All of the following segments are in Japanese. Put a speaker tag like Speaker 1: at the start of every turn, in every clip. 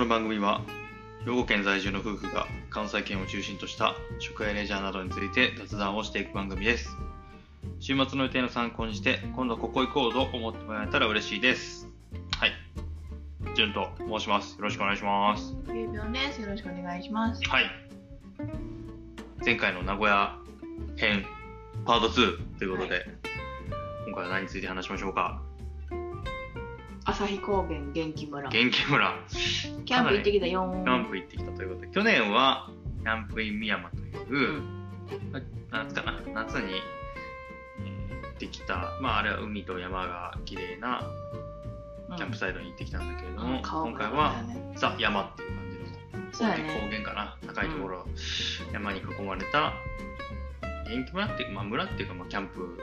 Speaker 1: の番組は兵庫県在住の夫婦が関西圏を中心とした食やレジャーなどについて雑談をしていく番組です週末の予定の参考にして今度ここ行こうと思ってもらえたら嬉しいですはいじゅんと申しますよろしくお願いします
Speaker 2: ゆうぴょんです。よろしくお願いします。
Speaker 1: はい前回の名古屋編パート2ということで、
Speaker 2: は
Speaker 1: 今回は何について話しましょうか
Speaker 2: 旭高原元気村。キ
Speaker 1: 元気村
Speaker 2: ャンプ行ってきたよ
Speaker 1: キャン
Speaker 2: ー。
Speaker 1: プ行ってきたということで、去年はキャンプイン山という、な夏かな、夏に、えー行ってきた、まああれは海と山が綺麗な
Speaker 2: うん
Speaker 1: キャンプサイトに行ってきたんだけれど
Speaker 2: う
Speaker 1: も、
Speaker 2: ん顔
Speaker 1: 今
Speaker 2: が
Speaker 1: 回
Speaker 2: だ
Speaker 1: は
Speaker 2: ね
Speaker 1: ザ・山っていう感じの
Speaker 2: そうや
Speaker 1: 高
Speaker 2: ね。
Speaker 1: 原かな、高いところ、山に囲まれた、元気村っていうか、まあ村っていうか、まあキャンプ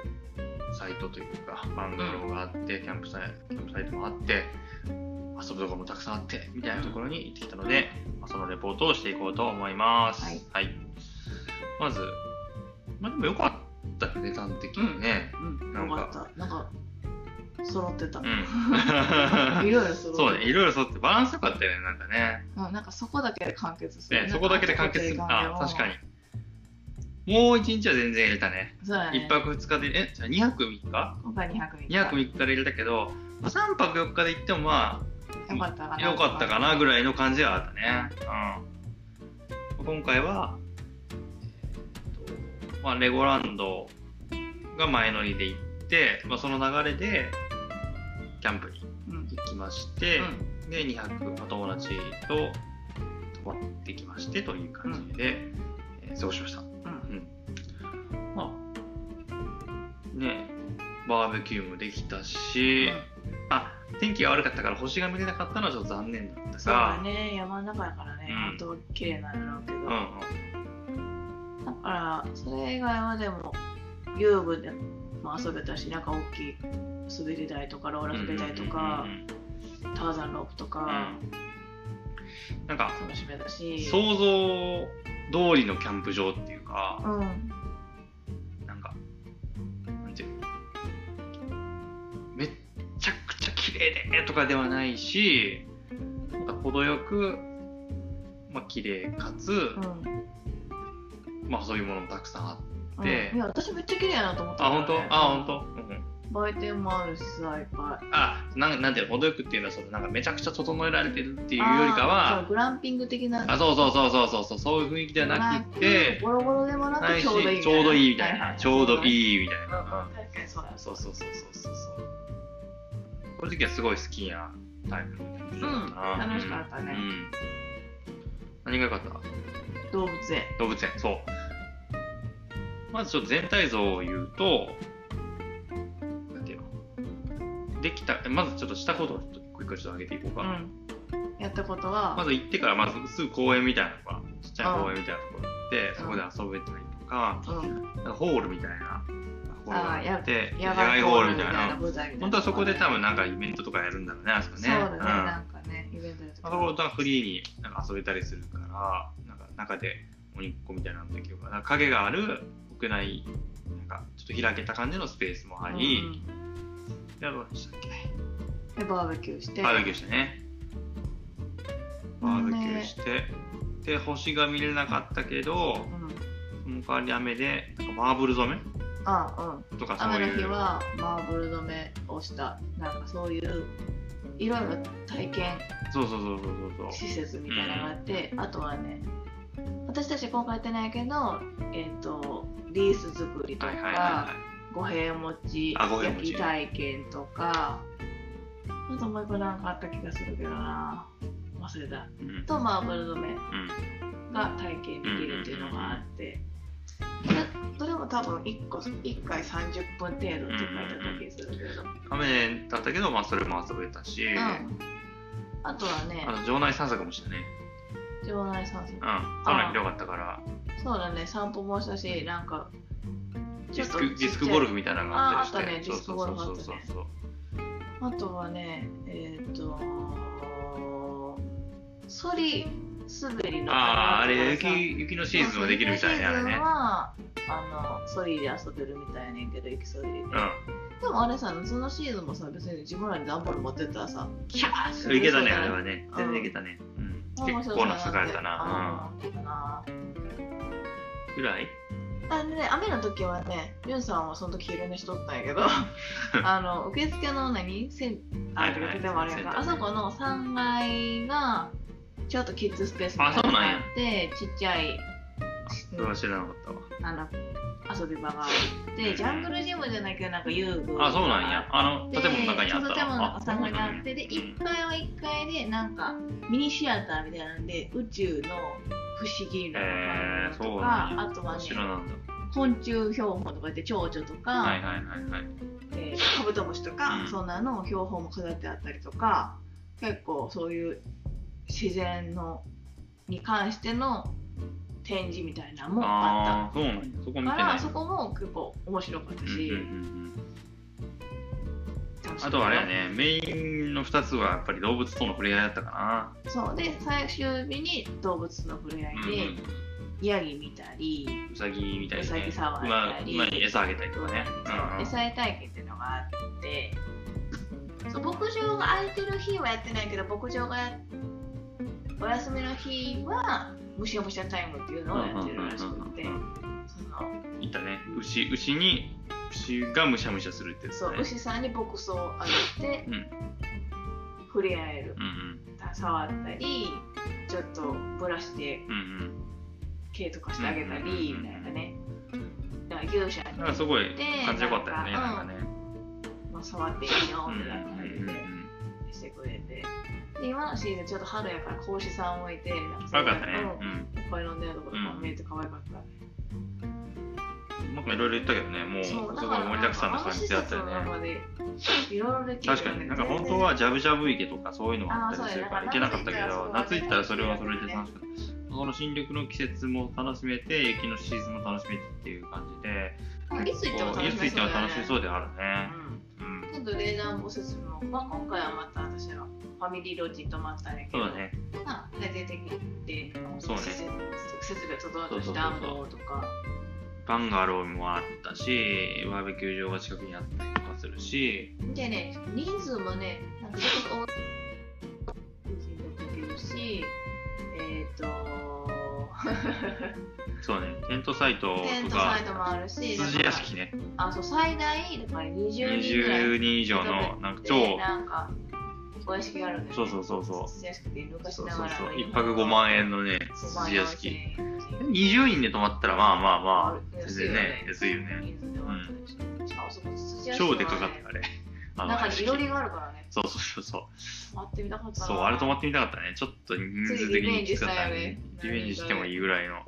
Speaker 1: サイトというか、バンガローがあって、キャンプサイキャンプサイトもあって、遊ぶところもたくさんあってみたいなところに行ってきたので、まあそのレポートをしていこうと思います。
Speaker 2: はい
Speaker 1: まず、まあ、でもよかったよね、端的にね。
Speaker 2: うん、
Speaker 1: なん
Speaker 2: よ
Speaker 1: か
Speaker 2: かった。なんか、揃ってた。
Speaker 1: う
Speaker 2: い
Speaker 1: ん。
Speaker 2: ろいろ揃ってた。
Speaker 1: そうね、いろいろそうってバランスよかったよね、なんかね。
Speaker 2: うん、なんかそこだけで完結する。
Speaker 1: ねそこだけで完結する。あ、確かに。。もう一日は全然入れたね。
Speaker 2: そうやね。
Speaker 1: 一泊二日で、え、じゃあ2泊3日
Speaker 2: 今回2泊3
Speaker 1: ?2 泊3日で入れたけど、まあ、3泊4日で行ってもま
Speaker 2: よかったか
Speaker 1: あ、
Speaker 2: な。
Speaker 1: 良かったかなぐらいの感じはあったね。うん。今回は、えーっと、まあ、レゴランドが前乗りで行って、まあ、その流れで、キャンプに
Speaker 2: うん。
Speaker 1: 行きまして、
Speaker 2: うん
Speaker 1: で2泊、まあ、友達と泊まってきましてという感じで、えー過ごしました、う
Speaker 2: うん。
Speaker 1: ん、まあねバーベキューもできたし、あ天気が悪かったから星が見れなかったのはちょっと残念だった
Speaker 2: そうだ
Speaker 1: が
Speaker 2: ね。山の中だからね
Speaker 1: うん。
Speaker 2: 本当綺麗なんだろうけど。
Speaker 1: う
Speaker 2: だから、それ以外はでも、遊具でも遊べたし、なんか大きい滑り台とか、ローラ
Speaker 1: んうん
Speaker 2: ー滑り台と
Speaker 1: う
Speaker 2: か
Speaker 1: ん、うん
Speaker 2: ターザンロープと
Speaker 1: うん
Speaker 2: か
Speaker 1: うんなんか
Speaker 2: 楽しめたし。
Speaker 1: 想像通りのキャンプ場っていうか、
Speaker 2: うん。
Speaker 1: なんか、なんていうのめっちゃくちゃ綺麗でとかではないし、なんか程よく、まあ綺麗かつ、
Speaker 2: うん。
Speaker 1: まあそういうものもたくさんあって、
Speaker 2: うん
Speaker 1: で
Speaker 2: いや、私めっちゃ綺麗やなと思った
Speaker 1: あ、
Speaker 2: ん
Speaker 1: 本
Speaker 2: だよ
Speaker 1: 当
Speaker 2: ね。
Speaker 1: あ、本当うんうん
Speaker 2: 当。売店もあるしさ、いっぱい。
Speaker 1: あ、なんなんていうの程よくっていうのは、そのなんかめちゃくちゃ整えられてるっていうよりか
Speaker 2: あーそう
Speaker 1: は、
Speaker 2: グランピング的な。
Speaker 1: あ、そうそうそうそうそうそう、そういう雰囲気ではなくって、
Speaker 2: ボロボロでもな
Speaker 1: な
Speaker 2: く
Speaker 1: いし
Speaker 2: ちょうどいい
Speaker 1: ちょうどいいみたい
Speaker 2: は
Speaker 1: な、
Speaker 2: は
Speaker 1: ちょうど
Speaker 2: い
Speaker 1: いいみたい
Speaker 2: うん
Speaker 1: な。うん
Speaker 2: 確かにそうだ
Speaker 1: そうそうそうそうそうそう。こういう時はすごい好きなタイプの人だ
Speaker 2: うん
Speaker 1: な
Speaker 2: 楽しかったね
Speaker 1: うん何が良かった
Speaker 2: 動物園
Speaker 1: 動物園、そう。まずちょっと全体像を言うと、なんていうのできた、えまずちょっとしたことをちょっと一個一個ちょっと上げていこうか。
Speaker 2: うんやったことは、
Speaker 1: まず行ってから、まずすぐ公園みたいなのが、ちっちゃい公園みたいなところ行って、そこで遊べたりとか、
Speaker 2: うん、
Speaker 1: なんかホールみたいなところがあって、野
Speaker 2: 野
Speaker 1: 外
Speaker 2: 外
Speaker 1: ホ
Speaker 2: ホ
Speaker 1: ー
Speaker 2: ー
Speaker 1: ル
Speaker 2: ル
Speaker 1: み
Speaker 2: み
Speaker 1: たい
Speaker 2: たい
Speaker 1: な
Speaker 2: な。舞台みたいな
Speaker 1: 本当はそこで多分なんかイベントとかやるんだろうね、あそこね。
Speaker 2: そうだね、
Speaker 1: ん
Speaker 2: なんかねイベントやった
Speaker 1: あそこだとフリーになんか遊べたりするから、なんか中で鬼っ子みたいなのできるから、なんか影がある屋内、なんかちょっと開けた感じのスペースもあり、
Speaker 2: うん
Speaker 1: であと何でしたっけ
Speaker 2: でバーベキューして、
Speaker 1: バーベキューしてね。バーベキューしてて、で、星が見れなかったけど
Speaker 2: う、
Speaker 1: そ
Speaker 2: ん、
Speaker 1: の代わり雨で、なんかマーブル染め
Speaker 2: あうん
Speaker 1: とかそういう。
Speaker 2: 雨の日はマーブル染めをしたなんかそういういろいろ体験
Speaker 1: そうそうそうそうそうそう。
Speaker 2: 施設みたいなのがあって、あとはね私たち今回やってないけどえっ、とリース作りとか、
Speaker 1: はいはいはいはい。
Speaker 2: 五平餅
Speaker 1: あ五平
Speaker 2: 焼
Speaker 1: 餅
Speaker 2: き体験とかあともう一個なんかあった気がするけどな忘れた
Speaker 1: うん。うん。
Speaker 2: とマーブル染めが体験できるっていうのがあってでどれも多分1個一回30分程度って書いてあった気がするけど、うん
Speaker 1: 雨だったけど、まあそれも遊べたし、
Speaker 2: あとはね
Speaker 1: あの場内散策もしたね。
Speaker 2: 場内散
Speaker 1: うん。
Speaker 2: 策
Speaker 1: かなり広かったから、
Speaker 2: そうだね散歩もしたしなんか
Speaker 1: ディスク
Speaker 2: ちょっとちっちゃ
Speaker 1: デ
Speaker 2: い
Speaker 1: ィスクゴルフみたいなのがあった
Speaker 2: ああった
Speaker 1: り
Speaker 2: ね
Speaker 1: して。
Speaker 2: ディスクゴルフあったね
Speaker 1: そうそうそうそう。
Speaker 2: あとはね、えっ、とソリ滑りの
Speaker 1: ああ、あれ、
Speaker 2: とかさ
Speaker 1: 雪、雪のシーズンもできるみたいね、あれ
Speaker 2: 雪の
Speaker 1: ね
Speaker 2: シーズン。はあのソリで遊べるみたいやねんけど、雪ソリで。でもあれさ、そのシーズンもさ、別に自分らに段ボール持ってったらさ、キャー
Speaker 1: うん。いけたね、あれはね。
Speaker 2: うん
Speaker 1: 全然いけたね。うん。結構な栄えたな。
Speaker 2: うん。あ
Speaker 1: ぐらい
Speaker 2: あでね、雨の時はね、ユンさんはその時昼寝しとったん やけど、あの受付の何センあれ、はい、でもあれやから、あそこの3階がちょっとキッズスペースがあってちっちゃい、
Speaker 1: それは知らなかった
Speaker 2: わ。あの遊び場があって、ジャングルジムじゃなきゃなんか遊具
Speaker 1: あ、そうなんや。あの建物の中にあった。
Speaker 2: 建物の中にあって、で、1階は1階で、なんかミニシアターみたいなんで、宇宙の不思議なのとか、あとはね、昆虫標本とかで蝶々とか、はいはいはいはい。えカブトムシとか、そんなの標本も飾ってあったりとか、結構そういう自然のに関しての展示みたいなもあ
Speaker 1: ったそうなんそこ
Speaker 2: からそこも結構面白かったし、
Speaker 1: あとあれやねメインの2つはやっぱり動物との触れ合いだったか
Speaker 2: なそうで最終日に動物との触れ合いで、うんヤギ見たり
Speaker 1: うさぎ見たり、ね、
Speaker 2: ウサギ触ったり
Speaker 1: 馬に餌あげたりとかね、
Speaker 2: うん、餌やり体験っていうのがあってそう牧場が空いてる日はやってないけど牧場がお休みの日はむしゃむしゃタイムっていうのをやってるらしくて、その
Speaker 1: いたね牛牛に牛がむしゃむしゃするって、ね、
Speaker 2: そう牛さんに牧草をあげて、うん、触れ合える、うんうん、触ったりちょっとブラシで毛とかしてあげたりみたいなね、だから牛舎に行って
Speaker 1: すごい感じよかったよねなんかね、
Speaker 2: まあ、触っていいよみたいな感じでしてくれて。で今のシーズンちょっと春やから講師さんもいて
Speaker 1: 可愛かったね、
Speaker 2: うん、いっぱい飲んでるところも見えて可愛かったね、
Speaker 1: うん、なんかいろいろ言ったけどね、もうすごい盛りだくさんな感じだったよね。
Speaker 2: いろいろでき
Speaker 1: る、ね、確かに、なんか本当はジャブジャブ池とかそういうのがあったりするから行けなかったけど、夏行ったらそれはそれで楽しかった。その新緑の季節も楽しめて、雪のシーズンも楽しめてっていう感じで、,、
Speaker 2: いつ行っても楽しめそう
Speaker 1: 楽しそうであるね。
Speaker 2: うん。ちょっと冷暖房設備も、まあ、今回はまた私のファミリーロッジに泊まったんやけど、ね、まあ、大体的にそうね、設備が整ったし、暖房とか。
Speaker 1: バンガローもあったし、バーベキュー場が近くにあったりとかするし。
Speaker 2: でね、人数もね、なんかちょっと多いし、えっ、ー、と、
Speaker 1: そうね、テントサイトとか、
Speaker 2: テントサイトもあるし、
Speaker 1: 羊屋敷ね。
Speaker 2: あ、そう、最大、だから20人ぐらい。20
Speaker 1: 人以上の、なんか超。
Speaker 2: なんかお屋敷があるんだ
Speaker 1: そうそうそうそう。
Speaker 2: 寿司屋敷って昔ながら
Speaker 1: そうそうそう。1泊5万円のね、寿司屋敷。20人で泊まったら、まあまあまあ、全然ね、安いよね。超でかかったあれ。
Speaker 2: 中にいろりがあるからね。
Speaker 1: そうそうそう。
Speaker 2: 泊まってみたかった
Speaker 1: そう、あれ泊まってみたかったね。ちょっと人数的にきつかったね。リベンジしてもいいぐらいの。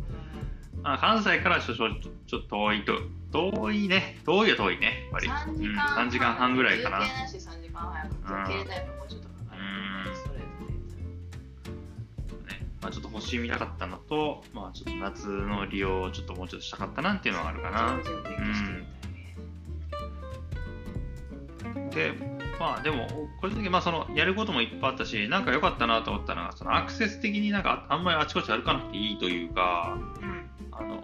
Speaker 1: あ関西から少々ちょっと遠いと、遠いね。遠いは遠いね。
Speaker 2: 割り。
Speaker 1: 3時間半ぐらいかな。
Speaker 2: 3時間半携帯もちょっと
Speaker 1: まあ、ちょっと星見なかったのと、まあ、ちょっと夏の利用をちょっともうちょっとしたかったなっていうのがあるかな。うん、で、まあでも、個人的にまあそのやることもいっぱいあったし、なんか良かったなと思ったのは、そのアクセス的になんかあんまりあちこち歩かなくていいというか、うん、あの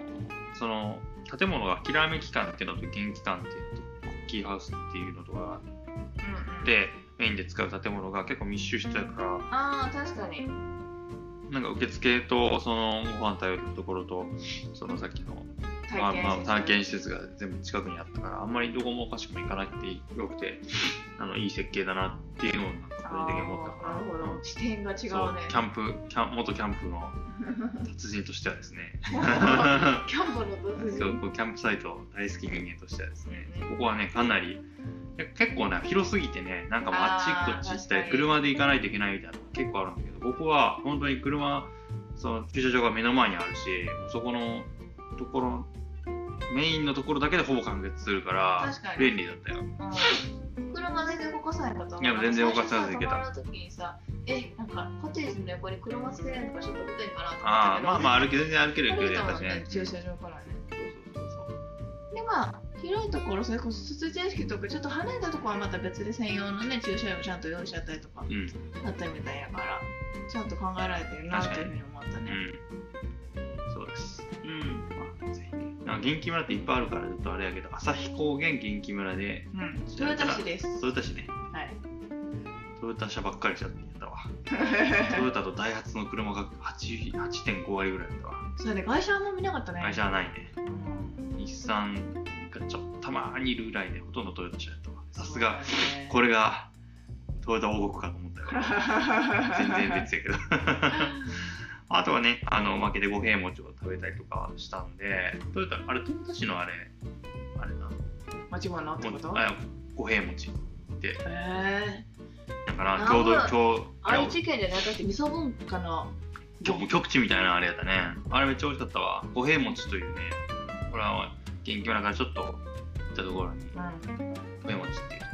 Speaker 1: その建物がきらめき館っていうのと元気館っていうのと、コッキーハウスっていうのとがあって、うんメインで使う建物が結構密集してたから
Speaker 2: あ確かに
Speaker 1: なんか受付とそのご飯食べるところとそのさっきの体験,、まあ、体験施設が全部近くにあったからあんまりどこもかしくも行かなくてよくてあのいい設計だなっていうのを個人的に思ったか
Speaker 2: ななるほど視点が違うね
Speaker 1: キャンプキャン元キャンプの達人としてはですね
Speaker 2: キャンプの
Speaker 1: 人
Speaker 2: 達
Speaker 1: キャンプサイト大好き人間としてはですねここはねかなり結構ね広すぎてねなんかもうあっちこっち行ったり車で行かないといけないみたいなの結構あるんだけど僕は本当に車その駐車場が目の前にあるしそこのところメインのところだけでほぼ完結するから便利だったよ、
Speaker 2: うん、車全然動かさないかと
Speaker 1: 思いや全然動かさず
Speaker 2: 行けた時にさえなんかコテージの横に車つけないとかちょっと見たいかなと思ったけど、ね、
Speaker 1: あまあまあ歩け全然歩ける
Speaker 2: 距離
Speaker 1: だった
Speaker 2: しね駐車場からね、そうそうそうそうでまあ広いところそれこそ卒業式とかちょっと離れたところはまた別で専用のね駐車場もちゃんと用意しちゃったりとかだったみたいやから、うん、ちゃんと考えられてるなっていうふうに思ったね、
Speaker 1: うん、そうですうんまあぜひねなんか元気村っていっぱいあるからちょっとあれやけど旭高原元気村で、
Speaker 2: うん、豊田市です
Speaker 1: 豊田市ね
Speaker 2: はい
Speaker 1: トヨタ車ばっかりしちゃった わトヨタとダイハツの車が8 8.5割ぐらいだったわ
Speaker 2: そうだね外車あんま見なかったね
Speaker 1: 会社はないね
Speaker 2: うん
Speaker 1: 日産がちょっとたまにいるぐらいでほとんどトヨタ車やったわさすが
Speaker 2: そうだね
Speaker 1: これがトヨタ王国かと思ったよ全然 別や けどあとはねあの負けで五平餅を食べたりとかしたんでトヨタあれトヨタ市のあれあれな
Speaker 2: 持ち物ってこと
Speaker 1: あ五平餅って
Speaker 2: え
Speaker 1: だから
Speaker 2: あ
Speaker 1: 郷
Speaker 2: ま
Speaker 1: 土
Speaker 2: あ
Speaker 1: 郷
Speaker 2: ー、愛知県じゃないだって味噌文化の
Speaker 1: 局局地みたいなあれやったねあれめっちゃ美味しかったわ五平餅というねこれは元気なからちょっと行ったところに
Speaker 2: うん
Speaker 1: 五平餅っていうと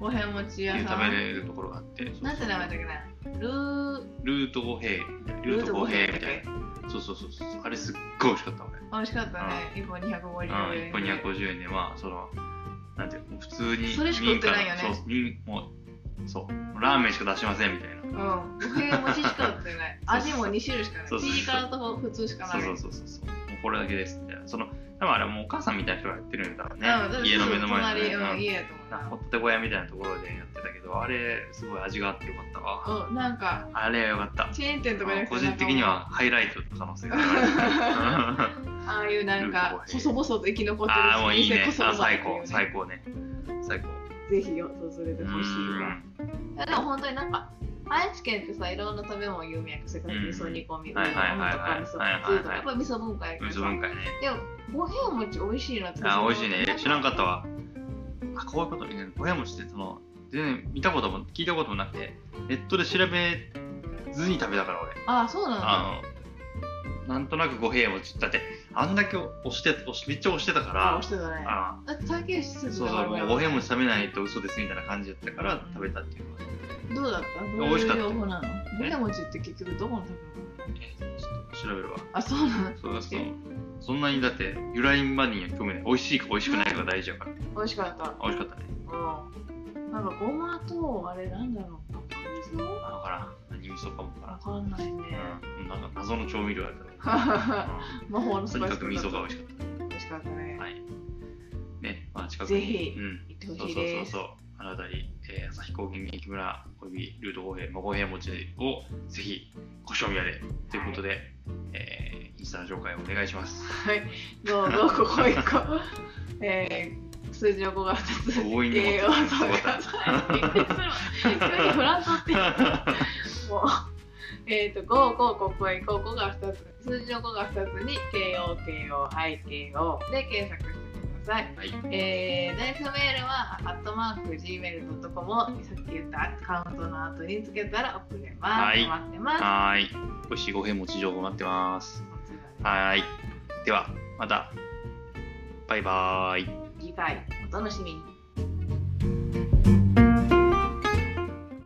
Speaker 1: こ
Speaker 2: おへん持ち
Speaker 1: ろ
Speaker 2: 屋
Speaker 1: っていう
Speaker 2: さ
Speaker 1: 食べ
Speaker 2: ん
Speaker 1: れるところがあって
Speaker 2: なんて名前だっけなルー
Speaker 1: ルート五平ルート五平みたいなそうそうそうそうあれすっごい美味しかった俺
Speaker 2: 美味しかったね1本250円
Speaker 1: 1本250円でまあそのなんていうの普通に
Speaker 2: それしか売ってないよね
Speaker 1: 民家のそう民もうそうラーメンしか出しませんみたいな
Speaker 2: うんおへん餅し か売ってない味も2種類しかないピ
Speaker 1: そうそうそう
Speaker 2: ーカラと普通しかな
Speaker 1: そう
Speaker 2: い
Speaker 1: そうそうそうそうもうこれだけですみたいなその多分あれもうお母さんみたいな人がやってるんだろうね、
Speaker 2: うん
Speaker 1: 家の目の前
Speaker 2: 隣
Speaker 1: で、
Speaker 2: うん
Speaker 1: ね
Speaker 2: 家やと思う
Speaker 1: うん、
Speaker 2: な
Speaker 1: ホット小屋みたいなところでやってたけどあれすごい味があってよかったわ、
Speaker 2: うん、なんか
Speaker 1: あれよかった
Speaker 2: チェーン店とかじゃなくて
Speaker 1: 個人的にはハイライトの可能性がある
Speaker 2: ああいうなんか
Speaker 1: ループ
Speaker 2: 細々と生き残って
Speaker 1: ああもう
Speaker 2: る
Speaker 1: いいね
Speaker 2: こそ
Speaker 1: あ最
Speaker 2: こ
Speaker 1: 高
Speaker 2: そ
Speaker 1: 最高ね最高
Speaker 2: ぜひ訪れて
Speaker 1: う
Speaker 2: ほしいわ
Speaker 1: ん
Speaker 2: いやでも本当になんか愛知県ってさいろんな食べ物有名やけどそれから味噌煮込み、
Speaker 1: はいはいはいはい
Speaker 2: うんとか味噌
Speaker 1: はいは
Speaker 2: 汁とか
Speaker 1: いはい
Speaker 2: やっぱり味噌文化やけど
Speaker 1: 水
Speaker 2: さ
Speaker 1: 分解ね
Speaker 2: でも五平餅美味しいなって
Speaker 1: あー美味しいね知らんかったわあこういうことね小屋餅ってその全然見たことも聞いたこともなくてネットで調べずに食べたから俺
Speaker 2: あそうなんだ
Speaker 1: あのなんとなく五平餅だってあんだけ押して押しめっちゃ押してたから
Speaker 2: あ押してたね
Speaker 1: あ
Speaker 2: だって竹内
Speaker 1: ー
Speaker 2: す
Speaker 1: そうそうもう五平餅食べないと嘘ですみたいな感じだったから食べたっていうのが
Speaker 2: どうだったどう
Speaker 1: 美
Speaker 2: い
Speaker 1: 味し
Speaker 2: う
Speaker 1: かった
Speaker 2: 情報なの五平餅って結局どこの食べ物
Speaker 1: えちょっと調べるわ
Speaker 2: あそうなの
Speaker 1: そうだそうそんなにだって由来までには興味ない美味しいか美味しくないかが大事やから
Speaker 2: 美味しかった
Speaker 1: あ 美味しかったね
Speaker 2: うんなんかごまとあれなんだろう赤味噌
Speaker 1: あわからん何味噌かもわからん
Speaker 2: わかんない ね。
Speaker 1: うん、なんか謎の調味料やったね。
Speaker 2: 魔法の
Speaker 1: と
Speaker 2: ス
Speaker 1: に
Speaker 2: パイ
Speaker 1: か
Speaker 2: ス
Speaker 1: く味噌が美味しかっ
Speaker 2: 美味しかったね
Speaker 1: た。。はい。ね、まあ近く
Speaker 2: ぜ
Speaker 1: に。
Speaker 2: ひ
Speaker 1: うん。
Speaker 2: 行って
Speaker 1: そう
Speaker 2: ほ
Speaker 1: そ
Speaker 2: し
Speaker 1: う
Speaker 2: い
Speaker 1: そう
Speaker 2: です。
Speaker 1: そう。あなたり、えー、旭高原駅村およびルート五平、まあ五平餅をぜひご賞味あれということで、えーインスタ紹介をお願いし ます。
Speaker 2: どうぞここ一 個。えー数字の5が2つ。
Speaker 1: 強引に持って
Speaker 2: えーおそうかそうびっくりするわ急にフランスって。もう。 えー、と5、5、ここへ、ここが2つ、数字の5が2つに、KOKOIKO で検索してください。
Speaker 1: はい。
Speaker 2: えー、ダイレクトメールは、アットマーク、gmail.com を、さっき言ったアカウントの後につけたら送れます。
Speaker 1: はい
Speaker 2: 待ってます。
Speaker 1: はーい。美味しい五平餅情報待ってます。はーい。ではまた。バイバーイ。
Speaker 2: 次回お楽しみに。